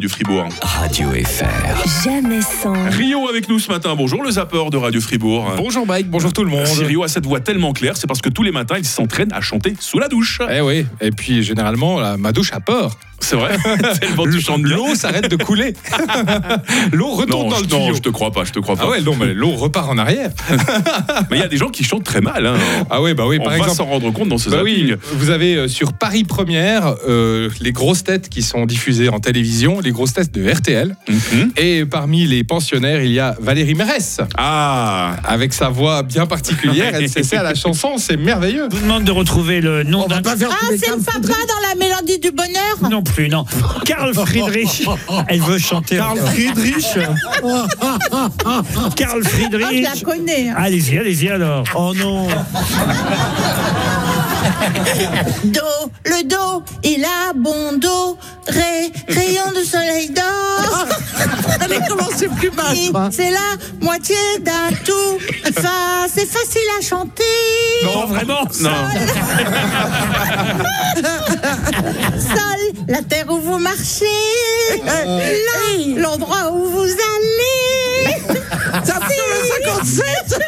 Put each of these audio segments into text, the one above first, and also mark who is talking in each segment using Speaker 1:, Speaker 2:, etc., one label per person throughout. Speaker 1: du Fribourg.
Speaker 2: Radio FR.
Speaker 3: Jamais sans.
Speaker 1: Rio avec nous ce matin. Bonjour le zapper de Radio Fribourg.
Speaker 4: Bonjour Mike, bonjour tout le monde.
Speaker 1: Si Rio a cette voix tellement claire, c'est parce que tous les matins, il s'entraîne à chanter sous la douche.
Speaker 4: Eh oui, et puis généralement, la- ma douche a peur.
Speaker 1: C'est vrai. Tellement tu chantes bien.
Speaker 4: L'eau s'arrête de couler. L'eau retourne
Speaker 1: Non,
Speaker 4: dans
Speaker 1: je,
Speaker 4: le
Speaker 1: non,
Speaker 4: tuyau.
Speaker 1: je te crois pas, je te crois pas.
Speaker 4: Ah ouais, non, mais l'eau repart en arrière.
Speaker 1: Mais il y a des gens qui chantent très mal. hein.
Speaker 4: Ah ouais, bah oui,
Speaker 1: On
Speaker 4: par
Speaker 1: va
Speaker 4: exemple.
Speaker 1: s'en rendre compte dans ce
Speaker 4: Bah oui,
Speaker 1: zapping.
Speaker 4: vous avez euh, sur Paris Première euh, les grosses têtes qui sont diffusées en télévision, les grosses têtes de RTL.
Speaker 1: Mhm.
Speaker 4: Et parmi les pensionnaires, il y a Valérie Mérès,
Speaker 1: Ah,
Speaker 4: avec sa voix bien particulière. Elle s'essaie à la chanson, c'est merveilleux.
Speaker 5: Je vous demande de retrouver le nom d'un...
Speaker 6: Ah, c'est le papa dans la mélodie du bonheur
Speaker 5: Non plus, non. Karl Friedrich. Elle veut chanter. Karl Friedrich Karl
Speaker 6: Ah, je la
Speaker 5: Friedrich
Speaker 6: connais.
Speaker 5: Allez-y, allez-y alors. Oh non
Speaker 6: Do, le do, il a bon dos, ré, rayon de soleil d'or. Mais comment c'est plus bas C'est la moitié d'un tout. Fa, c'est facile à chanter.
Speaker 5: Non, Oh, vraiment
Speaker 1: non.
Speaker 6: Sol, la terre où vous marchez. Euh. Là, l'endroit où vous allez. Ça fait le 57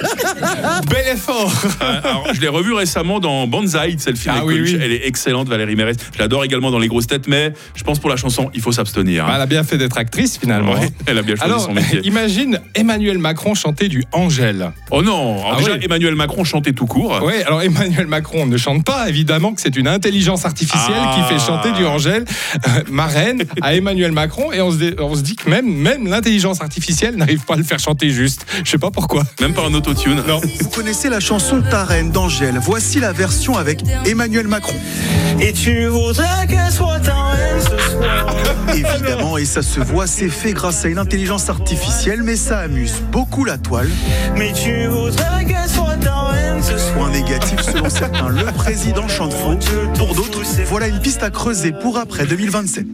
Speaker 4: Bel effort
Speaker 1: Euh, alors, je l'ai revue récemment dans Banzai, c'est le film
Speaker 4: Ah
Speaker 1: avec
Speaker 4: oui,
Speaker 1: Coluche.
Speaker 4: oui.
Speaker 1: Elle est excellente, Valérie Mérès. Je l'adore également dans Les Grosses Têtes, mais je pense pour la chanson, il faut s'abstenir. hein.
Speaker 4: Ah, Elle a bien fait d'être actrice finalement.
Speaker 1: Ouais, elle a bien choisi
Speaker 4: Alors,
Speaker 1: son métier.
Speaker 4: imagine Emmanuel Macron chanter du Angèle.
Speaker 1: Oh non Alors
Speaker 4: Ah
Speaker 1: Déjà,
Speaker 4: oui.
Speaker 1: Emmanuel Macron chantait tout court.
Speaker 4: Ouais, alors Emmanuel Macron ne chante pas, évidemment que c'est une intelligence artificielle
Speaker 1: Ah.
Speaker 4: qui fait chanter du Angèle euh, marraine à Emmanuel Macron et on se, dé- on se dit que même, même l'intelligence artificielle n'arrive pas à le faire chanter juste. Je sais pas pourquoi.
Speaker 1: Même pas en autotune. Non.
Speaker 7: Vous connaissez la chanson Ta reine d'Angèle. Voici la version avec Emmanuel Macron.
Speaker 8: Et tu voudrais qu'elle soit ta reine ce soir.
Speaker 7: Évidemment, et ça se voit, c'est fait grâce à une intelligence artificielle, mais ça amuse beaucoup la toile.
Speaker 8: Mais tu voudrais qu'elle soit ta reine ce soir.
Speaker 7: Point négatif, selon certains, le président chante faux. Pour d'autres, voilà une piste à creuser pour après 2027.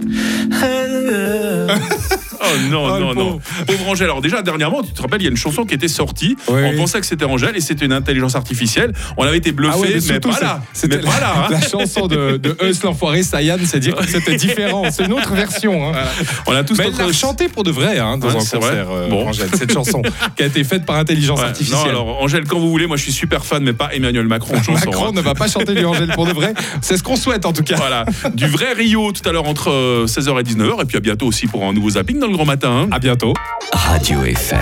Speaker 1: Oh non,
Speaker 4: Oh, le
Speaker 1: non, non.
Speaker 4: pauvre.
Speaker 1: Pauvre Angèle. Alors déjà, dernièrement, tu te rappelles, il y a une chanson qui était sortie.
Speaker 4: Oui,
Speaker 1: on
Speaker 4: oui.
Speaker 1: pensait que c'était Angèle et c'était une intelligence artificielle. On avait été bluffé, mais,
Speaker 4: Ah surtout,
Speaker 1: pas
Speaker 4: c'est-
Speaker 1: là.
Speaker 4: C'était
Speaker 1: Mais pas là, hein.
Speaker 4: la, la chanson de, de Eus l'enfoiré, Sayan, c'est dire que c'était différent. C'est une autre version. hein.
Speaker 1: On a tous
Speaker 4: Mais elle
Speaker 1: notre-
Speaker 4: l'a chantée pour de vrai hein, dans
Speaker 1: Ouais,
Speaker 4: un
Speaker 1: c'est
Speaker 4: concert,
Speaker 1: vrai.
Speaker 4: euh,
Speaker 1: Bon.
Speaker 4: Angèle, cette chanson qui a été faite par intelligence
Speaker 1: Ouais,
Speaker 4: artificielle.
Speaker 1: non, alors Angèle, quand vous voulez, moi je suis super fan, mais pas Emmanuel Macron. en chanson,
Speaker 4: Macron
Speaker 1: hein.
Speaker 4: ne va pas chanter du Angèle pour de vrai. C'est ce qu'on souhaite en tout cas.
Speaker 1: Voilà, du vrai Rio tout à l'heure entre euh, 16h et 19h, et puis à bientôt aussi pour un nouveau zapping dans le grand matin. hein.
Speaker 4: Ah. À bientôt.
Speaker 2: Radio FR.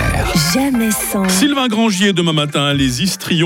Speaker 3: Jamais sans.
Speaker 1: Sylvain Grangier demain matin, les Istrions.